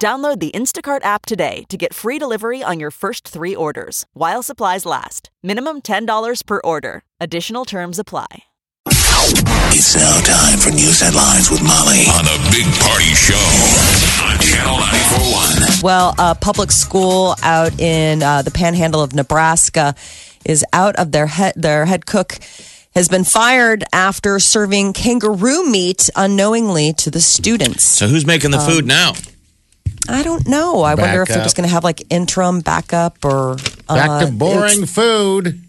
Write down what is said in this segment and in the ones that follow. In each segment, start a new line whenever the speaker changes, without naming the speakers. Download the Instacart app today to get free delivery on your first three orders while supplies last. Minimum $10 per order. Additional terms apply.
It's now time for news headlines with Molly on a big party show on Channel 941.
Well, a public school out in uh, the panhandle of Nebraska is out of their head. Their head cook has been fired after serving kangaroo meat unknowingly to the students.
So who's making the
Um,
food now?
I don't know. I wonder if they're
Backup.
just going to have like interim backup or uh,
Back to
it's-
boring food.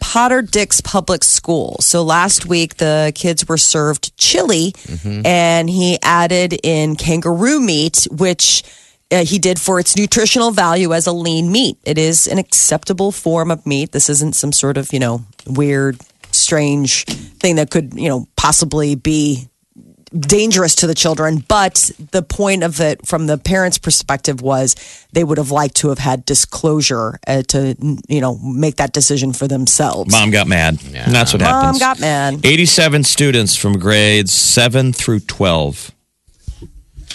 Potter Dix Public School. So last week, the kids were served chili, and he added in kangaroo meat, which uh, he did for its nutritional value as a lean meat. It is an acceptable form of meat. This isn't some sort of, you know, weird, strange thing that could, you know, possibly be dangerous to the children. But the point of it, from the parents' perspective, was they would have liked to have had disclosure uh, to, you know, make that decision for themselves.
Mom got mad. And that's what
Mom
happens.
got mad.
87 students from grades 7 through 12.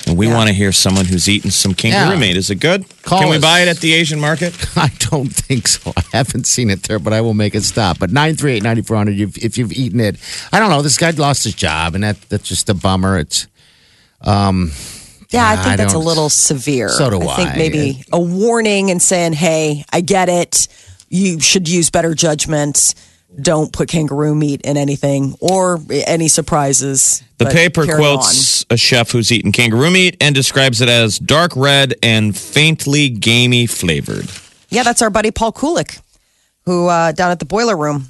And we want to hear someone who's eaten some kangaroo
Yeah.
meat. Is it good?
Call
Can we
us.
buy it at the Asian market?
I don't think so. I haven't seen it there, but I will make it stop. But 938 9400, if, if you've eaten it, I don't know. This guy lost his job, and that, that's just a bummer. It's
Yeah, I
Yeah,
think
I
that's a
don't-
little severe.
So do
I think
I.
maybe a warning and saying, "Hey, I get it. You should use better judgment. Don't put kangaroo meat in anything or any surprises."
The
But
paper
carry on.
quotes a chef who's eaten kangaroo meat and describes it as dark red and faintly gamey flavored.
Yeah, that's our buddy Paul Kulik, who uh, down at the boiler room.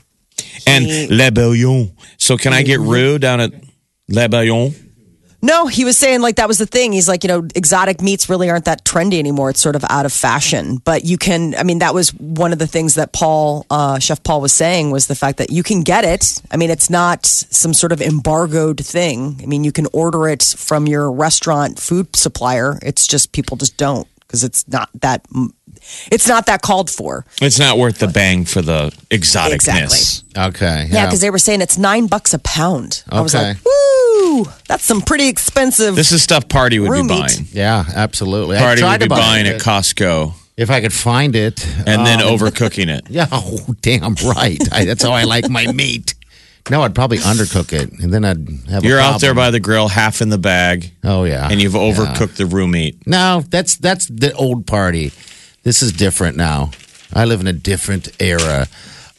And Le Bouillon. So can I
Mm-hmm.
get roux down at Le Bouillon?
No, he was saying like that was the thing. He's like, you know, exotic meats really aren't that trendy anymore. It's sort of out of fashion. But you can, I mean, that was one of the things that Paul, uh, Chef Paul, was saying was the fact that you can get it. I mean, it's not some sort of embargoed thing. I mean, you can order it from your restaurant food supplier. It's just people just don't because it's not that, it's not that called for.
It's not worth the bang for the exoticness.
Exactly.
okay.
Yeah, because they were saying it's nine bucks a pound. I was
Okay.
like, woo, that's some pretty expensive.
This is stuff Party would
Roux
be
meat.
buying.
Yeah, absolutely. I
Party
tried
would be
to buy
buying at Costco
if I could find it.
and then
Um,
overcooking it.
Yeah, oh, damn right. I, that's how I like my meat. No, I'd probably undercook it, and then I'd have.
You're
a
out there
problem.
by the grill, half in the bag,
Oh yeah,
and you've
Yeah.
overcooked the room meat.
No, that's that's the old party. This is different now. I live in a different era.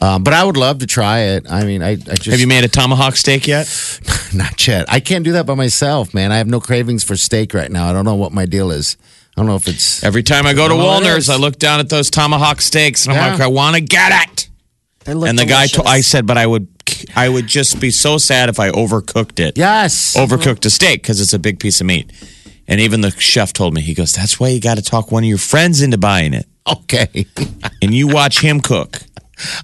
Um, but I would love to try it. I mean, I, I just
Have you made a tomahawk steak yet?
not yet. I can't do that by myself, man. I have no cravings for steak right now. I don't know what my deal is. I don't know if it's
Every time I go to
Well, it
Walner's,
is.
I look down at those tomahawk steaks and I'm
Yeah.
like, I want to get it.
They look
And the guy,
delicious.
to- I said, but I would, I would just be so sad if I overcooked it.
yes.
Mm-hmm. overcooked a steak because it's a big piece of meat. And even the chef told me, he goes, that's why you got to talk one of your friends into buying it,
Okay,
and you watch him cook.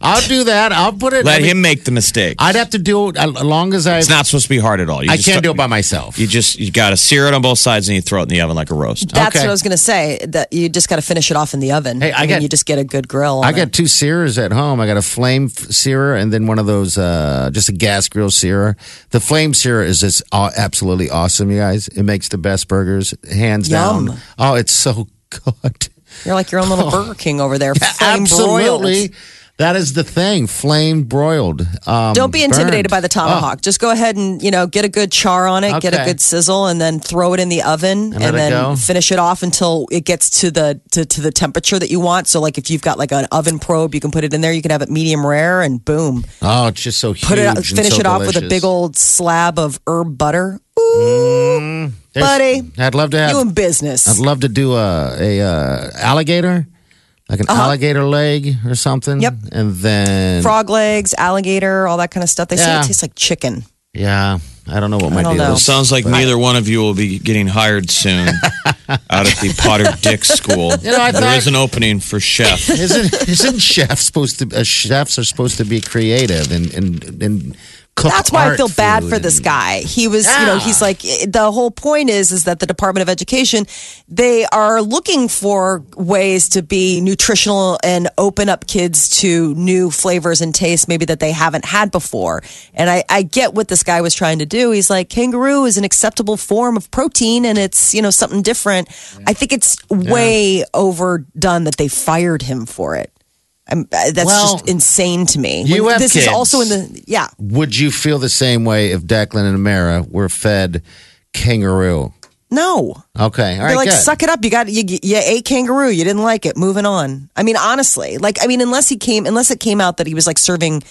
I'll do that. I'll put it.
Let
I mean,
him make the mistake.
I'd have to do it as long as I.
It's not supposed to be hard at all. You
I
just
can't do it
start-
by myself.
You just you got to sear it on both sides and you throw it in the oven like a roast.
That's
Okay.
what I was going to say. That you just got to finish it off in the oven.
Hey, I
and then
got-
you just get a good grill.
I
on it.
got two searers at home. I got a flame f- searer and then one of those, uh, just a gas grill searer. The flame searer is just uh, absolutely awesome, you guys. It makes the best burgers, hands
Yum.
down. Oh, it's so good.
You're like your own little Burger King over there. flame
absolutely.
broiled.
That is the thing. Flame broiled. Um,
Don't be intimidated
burned.
by the tomahawk. Just go ahead and you know get a good char on it, get a
Oh. Okay.
good sizzle, and then throw it in the oven,
And let it
then
go?
finish it off until it gets to the to, to the temperature that you want. So like if you've got like an oven probe, you can put it in there. You can have it medium rare, and boom,
Oh, it's just so huge.
put it out,
and
finish
so
it off with a
delicious.
big old slab of herb butter. Ooh,
Mm, There's-
buddy.
I'd love to have.
you in business?
I'd Mm. love to do a a uh, alligator, like an alligator leg or something.
Uh-huh. Yep.
And then
frog legs, alligator, all that kind of stuff. They say
Yeah.
it tastes like chicken.
Yeah. I don't know what my
don't
deal
know.
is.
Sounds like neither one of you will be getting hired soon out at the Potter Dick School.
know, I
there
thought-
is an opening for chef.
Isn't isn't chefs supposed to? Uh, chefs are supposed to be creative and and and cook.
That's why I
art
feel bad
food
for this
and-
guy. He was, you know, he's like the whole point is is that the Department of Education they are looking for ways to be nutritional and open up kids to new flavors and tastes maybe that they haven't had before. And I, I get what this guy was trying to do. He's like kangaroo is an acceptable form of protein and it's, you know, something different. I think it's way overdone that they fired him for it. I'm, I- that's
Well,
just insane to me.
you have
this is
kids.
also in the yeah.
Would you feel the same way if Declan and Amara were fed kangaroo?
No.
Okay, all
They're
right,
like,
good.
suck it up. You got you, you ate kangaroo. You didn't like it. Moving on. I mean, honestly, like I mean, unless he came, unless it came out that he was like serving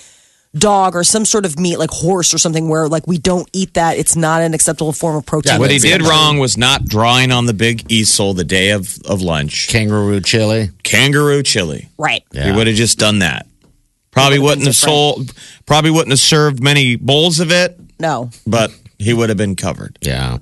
dog or some sort of meat, like horse or something, where like we don't eat that. It's not an acceptable form of protein.
Yeah,
What he
That's
did
it.
wrong was not drawing on the big easel the day of, of lunch.
kangaroo chili.
Kangaroo chili.
right.
He would have just done that. Probably wouldn't have sold, probably wouldn't have served many bowls of it,
No.
but he would have been covered.
Yeah.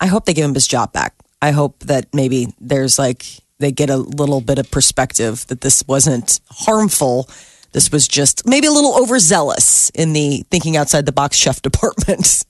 I hope they give him his job back. I hope that maybe there's like they get a little bit of perspective that this wasn't harmful. This was just maybe a little overzealous in the thinking outside the box chef department.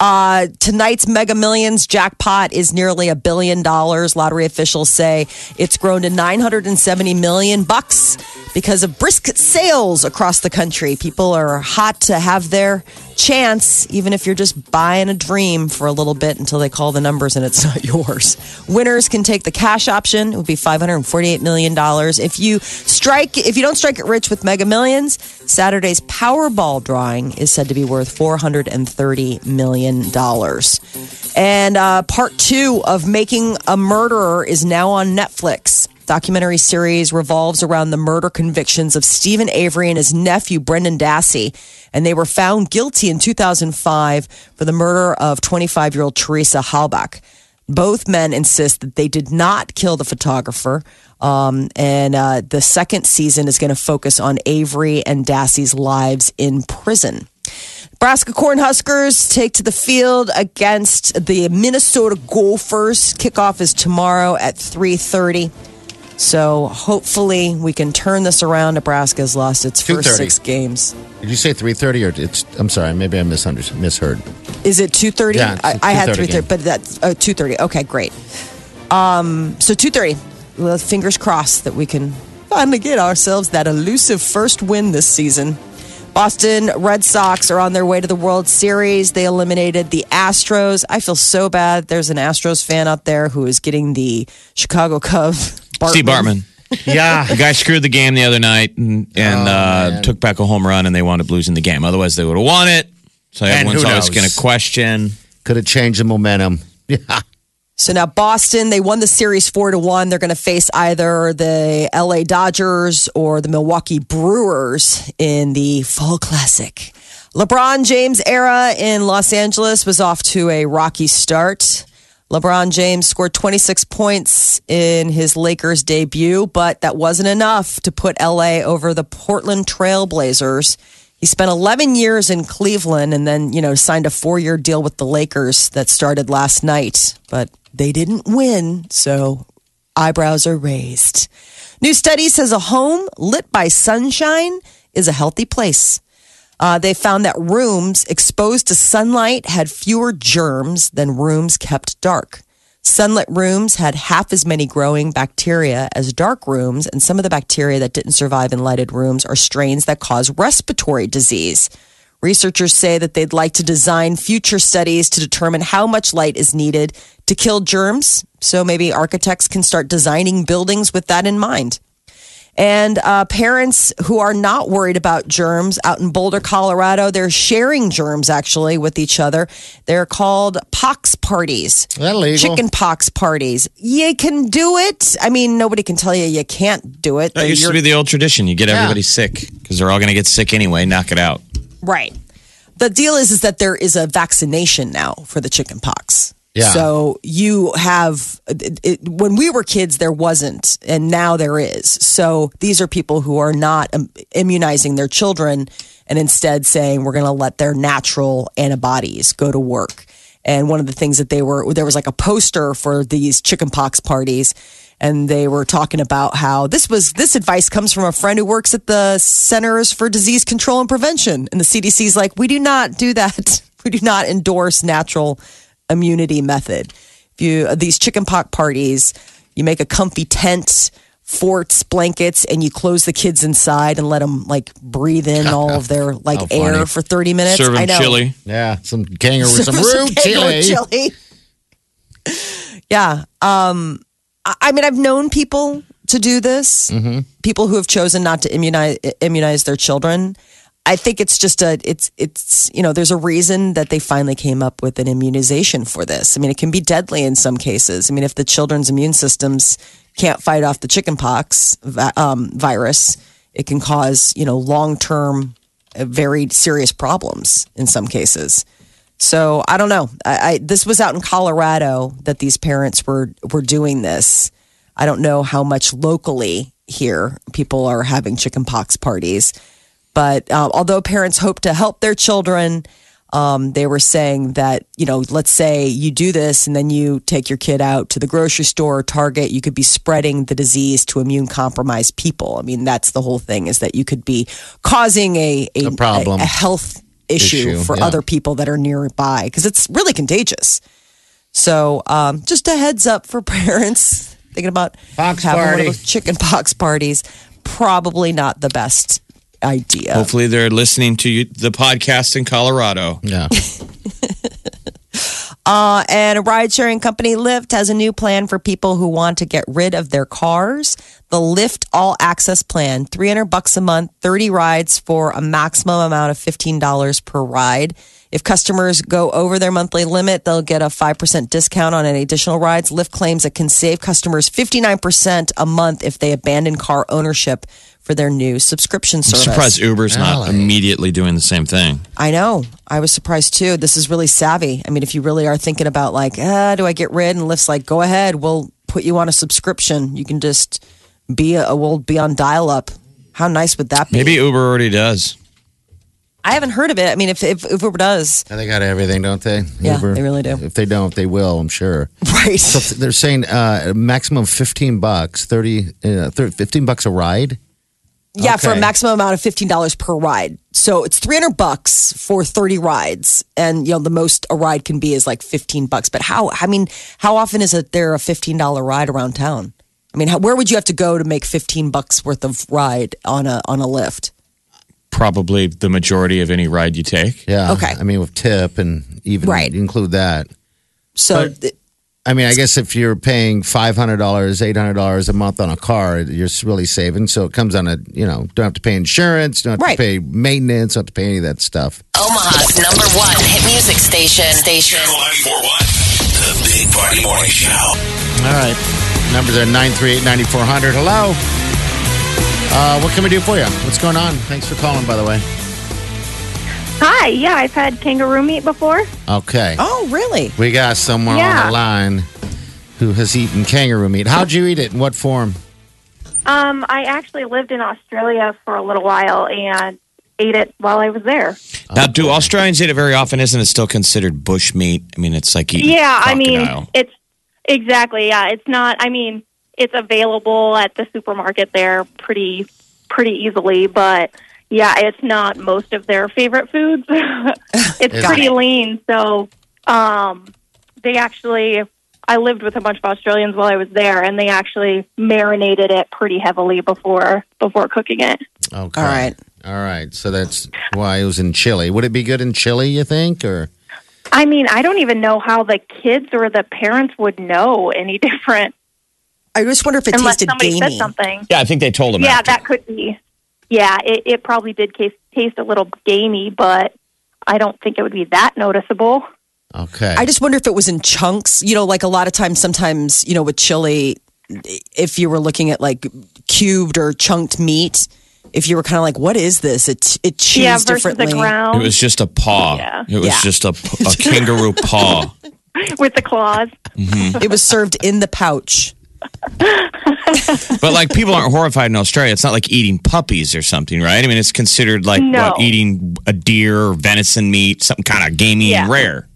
Uh, tonight's Mega Millions jackpot is nearly a billion dollars. Lottery officials say it's grown to 970 million bucks because of brisket sales across the country. People are hot to have their chance, even if you're just buying a dream for a little bit until they call the numbers and it's not yours. Winners can take the cash option. It would be $548 million. If you strike, if you don't strike it rich with Mega Millions, Saturday's Powerball drawing is said to be worth $430 million. And uh, part two of Making a Murderer is now on Netflix. Documentary series revolves around the murder convictions of Stephen Avery and his nephew Brendan Dassey, and they were found guilty in 2005 for the murder of 25-year-old Teresa Halbach. Both men insist that they did not kill the photographer. Um, and uh, the second season is going to focus on Avery and Dassey's lives in prison. Nebraska Cornhuskers take to the field against the Minnesota Gophers. Kickoff is tomorrow at 3:30. So hopefully we can turn this around. Nebraska's lost its first
2:30.
six games.
Did you say three thirty or it's? I'm sorry, maybe I misunderstood, misheard.
Is it two thirty?
Yeah, it's
I, I had three
2:30
thirty,
game.
but that's uh, two thirty. Okay, great. Um, so two thirty. Well, fingers crossed that we can finally get ourselves that elusive first win this season. Boston Red Sox are on their way to the World Series. They eliminated the Astros. I feel so bad. There's an Astros fan out there who is getting the Chicago Cubs.
Steve Bartman.
Yeah.
The guy screwed the game the other night and, and uh,
man.
took back a home run, and they wound up losing the game. Otherwise, they would have won it. So
And
everyone's
who
always
knows?
going to question.
Could have changed the momentum. Yeah.
So now Boston, they won the series four to one. They're going to face either the LA Dodgers or the Milwaukee Brewers in the Fall Classic. LeBron James era in Los Angeles was off to a rocky start. LeBron James scored 26 points in his Lakers debut, but that wasn't enough to put LA over the Portland Trail Blazers. He spent 11 years in Cleveland and then, you know, signed a four year deal with the Lakers that started last night, but they didn't win, so eyebrows are raised. New study says a home lit by sunshine is a healthy place. Uh, they found that rooms exposed to sunlight had fewer germs than rooms kept dark. Sunlit rooms had half as many growing bacteria as dark rooms, and some of the bacteria that didn't survive in lighted rooms are strains that cause respiratory disease. Researchers say that they'd like to design future studies to determine how much light is needed to kill germs. So maybe architects can start designing buildings with that in mind. And uh, parents who are not worried about germs out in Boulder, Colorado, they're sharing germs actually with each other. They're called pox parties.
That legal?
Chicken pox parties. You can do it. I mean, nobody can tell you you can't do it.
That used to be the old tradition. You get everybody sick because they're all going to get sick anyway. Knock it out.
Right. The deal is is that there is a vaccination now for the chicken pox.
Yeah.
So you have, it, it, when we were kids, there wasn't, and now there is. So these are people who are not um, immunizing their children and instead saying, we're going to let their natural antibodies go to work. And one of the things that they were, there was like a poster for these chickenpox parties. And they were talking about how this was, this advice comes from a friend who works at the Centers for Disease Control and Prevention. And the CDC's like, we do not do that. We do not endorse natural immunity method. If you, uh, these chickenpox parties, you make a comfy tent, forts, blankets, and you close the kids inside and let them like breathe in all of their like
How funny.
air for 30 minutes.
Serve
I
them
know.
chili.
Yeah, some kangaroo, some
Some
root
potato
chili.
chili. yeah. Um, I, I mean, I've known people to do this. People who have chosen not to immunize immunize their children. I think it's just a it's it's you know there's a reason that they finally came up with an immunization for this. I mean, it can be deadly in some cases. I mean, if the children's immune systems can't fight off the chickenpox vi- um, virus, it can cause you know long term, very serious problems in some cases. So I don't know. I, I this was out in Colorado that these parents were were doing this. I don't know how much locally here people are having chickenpox parties, but uh, although parents hope to help their children, um, they were saying that you know, let's say you do this and then you take your kid out to the grocery store, or Target, you could be spreading the disease to immune compromised people. I mean, that's the whole thing is that you could be causing a a,
A problem.
a health issue,
Issue,
for
yeah.
other people that are nearby because it's really contagious. So, um, just a heads up for parents thinking about
Pox
having one
party.
of those chicken pox parties. Probably not the best idea.
Hopefully, they're listening to you, the podcast in Colorado.
Yeah.
Uh, and a ride sharing company, Lyft, has a new plan for people who want to get rid of their cars. The Lyft All Access Plan, 300 bucks a month, 30 rides for a maximum amount of $15 per ride. If customers go over their monthly limit, they'll get a 5% discount on any additional rides. Lyft claims it can save customers 59% a month if they abandon car ownership for their new subscription
I'm
service.
surprised Uber's not immediately doing the same thing.
I know. I was surprised too. This is really savvy. I mean, if you really are thinking about like, ah, do I get rid? And Lyft's like, go ahead. We'll put you on a subscription. You can just be a, we'll be on dial up. How nice would that be?
Maybe Uber already does.
I haven't heard of it. I mean, if if, if Uber does,
And they got everything, don't they?
Yeah, they really do.
If they don't, they will, I'm sure.
right?
So they're saying uh, a maximum 15 bucks, 30, uh, thir 15 bucks a ride.
yeah, for a
okay.
maximum amount of fifteen dollars per ride. So it's three hundred bucks for thirty rides, and you know the most a ride can be is like fifteen bucks. But how? I mean, how often is it there a fifteen dollar ride around town? I mean, how, where would you have to go to make fifteen bucks worth of ride on a on a lift?
Probably the majority of any ride you take.
Yeah.
Okay.
I mean, with tip and even
Right.
include that.
So
But- I mean, I guess if you're paying $500, $800 a month on a car, you're really saving. So it comes on a, you know, don't have to pay insurance, don't have
Right.
to pay maintenance, don't have to pay any of that stuff.
Omaha's number one hit music station. Station.
Channel 941. The Big Party Morning Show.
All right. Numbers are 938 9400. Hello. Uh, what can we do for you? What's going on? Thanks for calling, by the way.
Hi, yeah, I've had kangaroo meat before.
Okay.
oh really?
We got someone on
Yeah.
the line who has eaten kangaroo meat. How'd you eat it? In what form?
Um, I actually lived in Australia for a little while and ate it while I was there.
Now, do Australians eat it very often? Isn't it still considered bush meat? I mean, it's like eating
Yeah, I mean,
crocodile.
it's exactly, yeah, it's not, I mean, it's available at the supermarket there pretty pretty easily, but yeah, it's not most of their favorite foods. it's
Got
pretty
it.
lean, so um they actually I lived with a bunch of Australians while I was there and they actually marinated it pretty heavily before before cooking it.
Okay.
All right.
All right. So that's why it was in Chile. Would it be good in Chile, you think? Or
I mean, I don't even know how the kids or the parents would know any different
I just wonder if it
unless
tasted
somebody
gamey.
said something.
yeah, I think they told them.
Yeah,
after.
that could be. Yeah, it, it probably did taste, taste a little gamey, but I don't think it would be that noticeable.
okay.
I just wonder if it was in chunks. You know, like a lot of times, sometimes, you know, with chili, if you were looking at like cubed or chunked meat, if you were kind of like, what is this? It, it chews
yeah, versus
differently.
the ground.
It was just a paw.
Yeah.
It was
Yeah.
just a, p- a kangaroo paw.
with the claws.
It was served in the pouch.
But like people aren't horrified in Australia. It's not like eating puppies or something, right? I mean, it's considered like
No.
what, eating a deer or venison meat, something kind of gamey and
Yeah.
rare.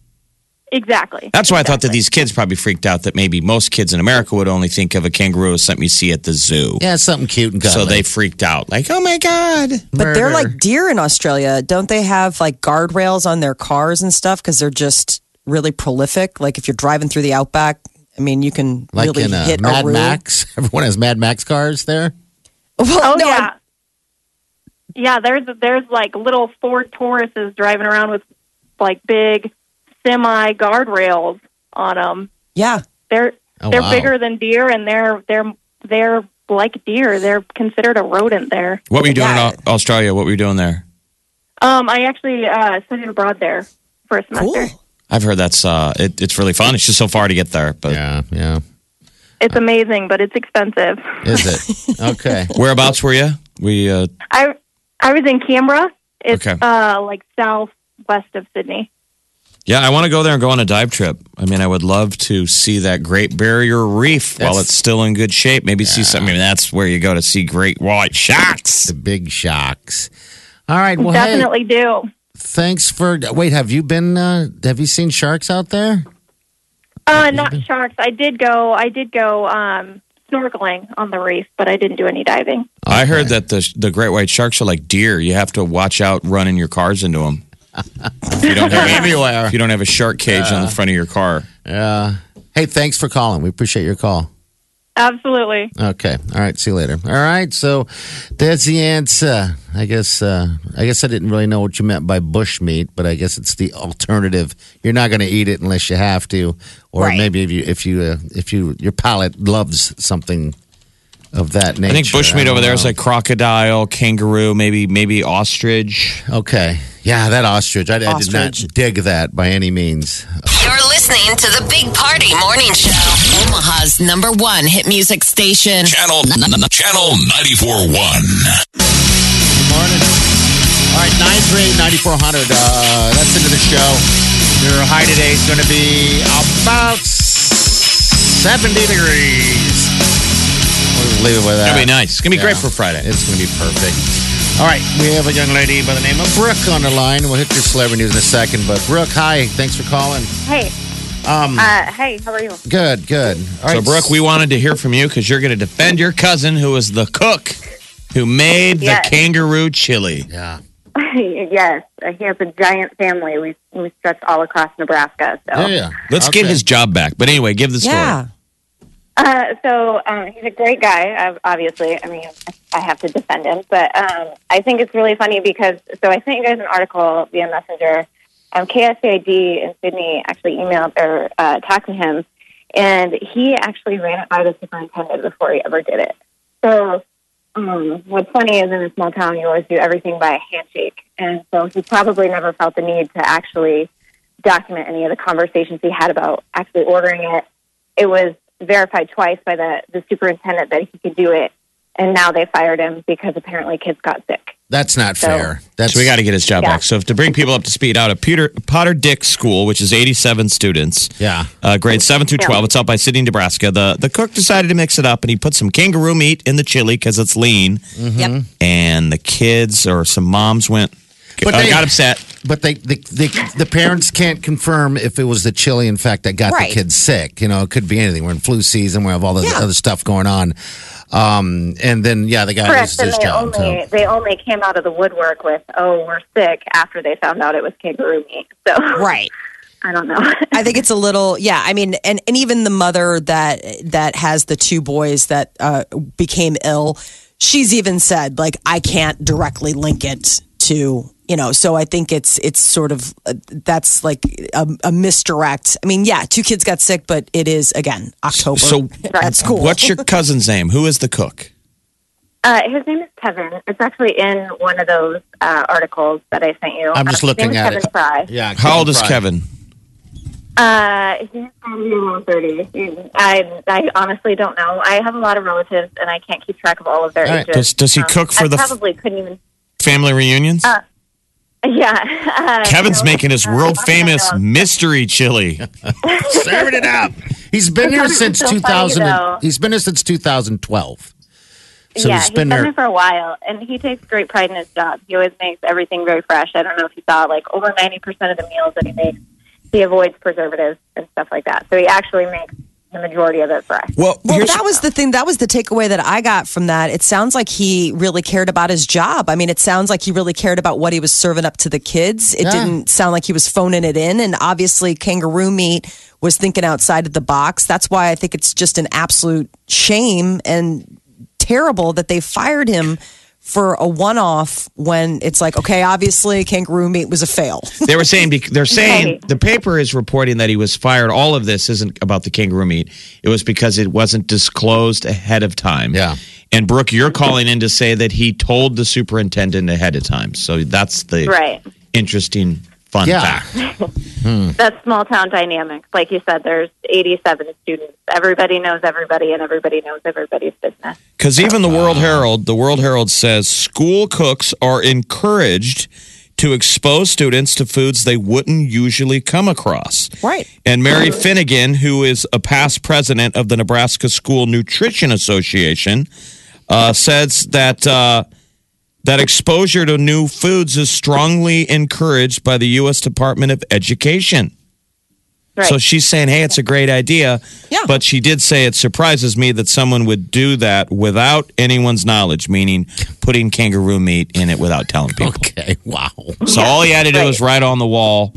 Exactly.
That's why I thought that these kids probably freaked out that maybe most kids in America would only think of a kangaroo as something you see at the zoo.
Yeah, something cute and cuddly.
so they freaked out, like, oh my God.
But they're
Murder.
like deer in Australia. Don't they have like guardrails on their cars and stuff because they're just really prolific? Like if you're driving through the outback, I mean, you can
like
really
in uh,
hit
Mad
a roo.
Max. Everyone has Mad Max cars there.
Well,
Oh
no,
yeah, yeah. There's there's like little Ford Tauruses driving around with like big semi guardrails on them.
yeah.
They're
Oh,
they're
wow.
bigger than deer, and they're they're they're like deer. They're considered a rodent there.
What were you doing
Yeah.
in Au- Australia? What were you doing there?
Um, I actually uh, studied abroad there for a semester.
Cool.
I've heard that's uh, it, it's really fun. It's just so far to get there, but
Yeah, yeah.
It's amazing, but it's expensive.
Is it okay?
whereabouts were you? We uh,
I I was in Canberra. It's
Okay.
uh, like southwest of Sydney.
Yeah, I want to go there and go on a dive trip. I mean, I would love to see that Great Barrier Reef while
That's-
it's still in good shape. Maybe see something. I mean, that's where you go to see great white sharks.
The big shocks. All right. Well, hey,
Definitely do. Uh,
thanks for. Wait, have you been? Uh, have you seen sharks out there?
Uh, not sharks. I did go. I did go um, snorkeling on the reef, but I didn't do any diving.
I heard that the the great white sharks are like deer. You have to watch out running your cars into them. if you don't have a,
Everywhere.
if you don't have a shark cage on the front of your car.
Yeah. Hey, thanks for calling. We appreciate your call.
Absolutely.
Okay. All right. See you later. All right. So that's the answer. I guess. Uh, I guess I didn't really know what you meant by bush meat, but I guess it's the alternative. You're not going to eat it unless you have to, or maybe if you if you uh, if you your palate loves something of that nature.
I think bushmeat
don't
over there
know.
is like crocodile, kangaroo, maybe maybe ostrich.
Okay. Yeah, that ostrich. I, I did not
Ostrich.
dig that by any means.
You're listening to the Big Party Morning Show. Omaha's number one hit music station.
Channel Channel 94.1.
Morning. All right, 938-9400. Uh, that's into the show. Your high today is going to be about 70 degrees. We'll just leave it with that.
That'd be nice. It's gonna be
Yeah.
great for Friday.
It's going to be perfect. All right, we have a young lady by the name of Brooke on the line. We'll hit your celebrity news in a second. But Brooke, hi. Thanks for calling.
Hey.
Um,
Uh, hey, how are you?
good, good. All
So,
right,
Brooke, we wanted to hear from you because you're going to defend your cousin who was the cook who made the
Yes.
kangaroo chili.
Yeah.
yes, he has a giant family. We we stretch all across Nebraska. So,
Yeah, yeah.
Let's get
Okay.
his job back. But anyway, give the story.
Yeah.
uh, so um, he's a great guy. ob- Obviously, I mean, I have to defend him, but um, I think it's really funny because so I sent you guys an article via Messenger. Um, KSAID in Sydney actually emailed or uh, talked to him, and he actually ran it by the superintendent before he ever did it. So um, what's funny is in a small town, you always do everything by a handshake. And so he probably never felt the need to actually document any of the conversations he had about actually ordering it. It was verified twice by the, the superintendent that he could do it. And now they fired him because apparently kids got sick.
That's not fair. That's
So we got to get his job
Yeah.
back. So to bring people up to speed, out of Peter Potter Dick School, which is 87 students,
Yeah.
uh, grades seven through
Yeah.
12, it's out by Sydney, Nebraska. The the cook decided to mix it up, and he put some kangaroo meat in the chili because it's lean.
Mm-hmm.
Yep.
And the kids or some moms went,
But
uh,
they-
got upset.
But they, they, they, the parents can't confirm if it was the chili, in fact, that got
Right.
the kids sick. You know, it could be anything. We're in flu season. We have all the
Yeah.
other stuff going on. Um, and then, yeah, the guy
Correct.
loses
And
his
they
job. so-
only, they only came out of the woodwork with, oh, we're sick after they found out it was kangaroo meat. So
Right.
I don't know.
I think it's a little, yeah. I mean, and, and even the mother that that has the two boys that uh, became ill, she's even said like, I can't directly link it to you know. So I think it's it's sort of uh, that's like a, a misdirect. I mean, yeah, two kids got sick, but it is again October
So-
at school.
What's your cousin's name? Who is the cook?
Uh, his name is Kevin. It's actually in one of those uh, articles that I sent you.
I'm just
Uh,
looking
his name
at
is
it.
Kevin
Yeah.
How old is
Fry.
Kevin?
Fry. Uh, he's probably around thirty. I I honestly don't know. I have a lot of relatives, and I can't keep track of all of their
All right.
ages. Um,
Does- does he cook for
I
the f-
Probably couldn't even.
Family reunions?
Yeah. Uh,
Kevin's
so,
making his
uh,
world
I'm
famous
gonna-
mystery chili.
Serving it up. He's been here since
So funny,
2000. and-
though.
he's been here since 2012. So
yeah,
he's
he's
been
been
there.
there for a while, and he takes great pride in his job. He always makes everything very fresh. I don't know if you saw, like over ninety percent of the meals that he makes, he avoids preservatives and stuff like that. So he actually makes the majority of it fresh.
Well,
Well,
here's-
that was the thing. That was the takeaway that I got from that. It sounds like he really cared about his job. I mean, it sounds like he really cared about what he was serving up to the kids. It
Yeah.
didn't sound like he was phoning it in. And obviously, kangaroo meat was thinking outside of the box. That's why I think it's just an absolute shame and terrible that they fired him for a one off when it's like, okay, obviously, kangaroo meat was a fail.
They were saying bec- they're saying
Right.
the paper is reporting that he was fired. All of this isn't about the kangaroo meat. It was because it wasn't disclosed ahead of time.
Yeah.
And Brooke, you're calling in to say that he told the superintendent ahead of time. So that's the
Right.
interesting fun
Yeah.
fact.
That's small town dynamics. Like you said, there's 87 students. Everybody knows everybody, and everybody knows everybody's business.
Because even the World Herald, the World Herald says school cooks are encouraged to expose students to foods they wouldn't usually come across.
Right.
And Mary Finnegan, who is a past president of the Nebraska School Nutrition Association, uh, says that uh, that exposure to new foods is strongly encouraged by the U.S. Department of Education.
Right.
So she's saying, "Hey, it's a great idea."
Yeah.
But she did say it surprises me that someone would do that without anyone's knowledge, meaning putting kangaroo meat in it without telling people.
Okay, wow.
So all he had to do was write on the wall,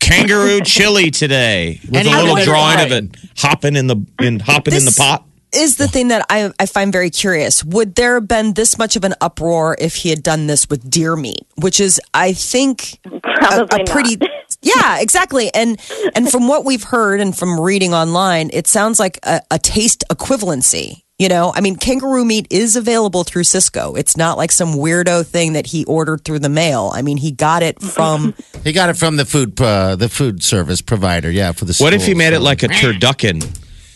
"Kangaroo chili today," with
And
a
he
little
would've
drawing of it
tried.
hopping in the in hopping in the
This-
pot.
is the thing that I, I find very curious. Would there have been this much of an uproar if he had done this with deer meat, which is, I think, a,
Probably
a pretty.
not.
Yeah, exactly. And and from what we've heard and from reading online, it sounds like a, a taste equivalency. You know, I mean, kangaroo meat is available through Cisco. It's not like some weirdo thing that he ordered through the mail. I mean, he got it from.
He got it from the food uh, the food service provider. Yeah, for the
What if he
school,
made it
so-
like a turducken?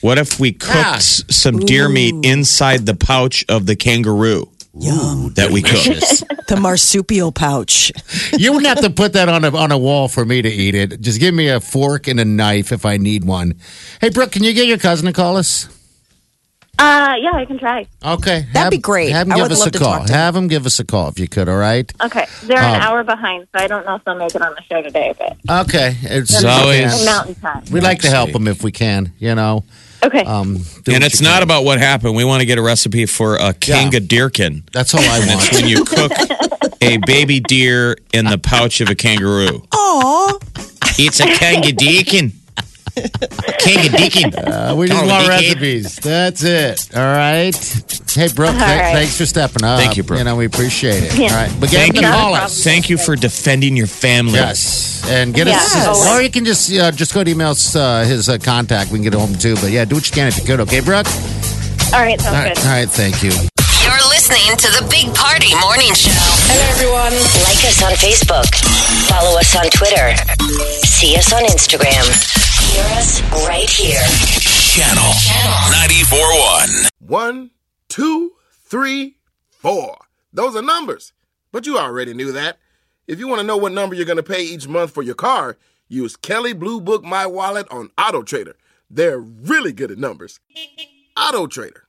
What if we cooked
Yeah.
s- some deer meat inside the pouch of the kangaroo that we cooked?
the marsupial pouch.
you wouldn't have to put that on a on a wall for me to eat it. Just give me a fork and a knife if I need one. Hey, Brooke, can you get your cousin to call us?
Uh, yeah, I can try.
Okay, that'd
be great.
Have him
I
give
would
us
love
a
to
call.
talk to him.
have him give us a call if you could. All right.
Okay, they're an
Um,
hour behind, so I don't know if they'll make it on the show today, but
Okay, it's
Zoe.
yeah.
Yes.
mountain time.
We'd like to help him if we can. You know,
Okay.
um, do
and
what
it's
you
not
can.
about what happened. We want to get a recipe for a kangadirkin.
That's all I
That's when
want.
you cook a baby deer in the pouch of a kangaroo.
Aw,
It's a kangadirkin. Kangadirkin.
Uh, we just
Oh,
want
dickhead.
recipes. That's it. All right. Hey, Brooke. th-
right.
Thanks for stepping up.
Thank you, Brooke.
You know, we appreciate it.
Yeah.
All right, but get
Thank
him
you.
to call us.
Thank you for defending your family.
Yes, and get
Yeah.
us, or you can just uh, just go to email us, uh, his uh, contact. We can get home too. But yeah, do what you can if you could. Okay, Brooke.
All right, sounds
All right,
good.
all right. Thank you.
You're listening to the Big Party Morning Show. Hello, everyone. Like us on Facebook. Follow us on Twitter. See us on Instagram. Hear us right here.
Channel 94.1.
One, two, three, four. Those are numbers, but you already knew that. If you want to know what number you're going to pay each month for your car, use Kelly Blue Book My Wallet on Auto Trader. They're really good at numbers. Auto Trader.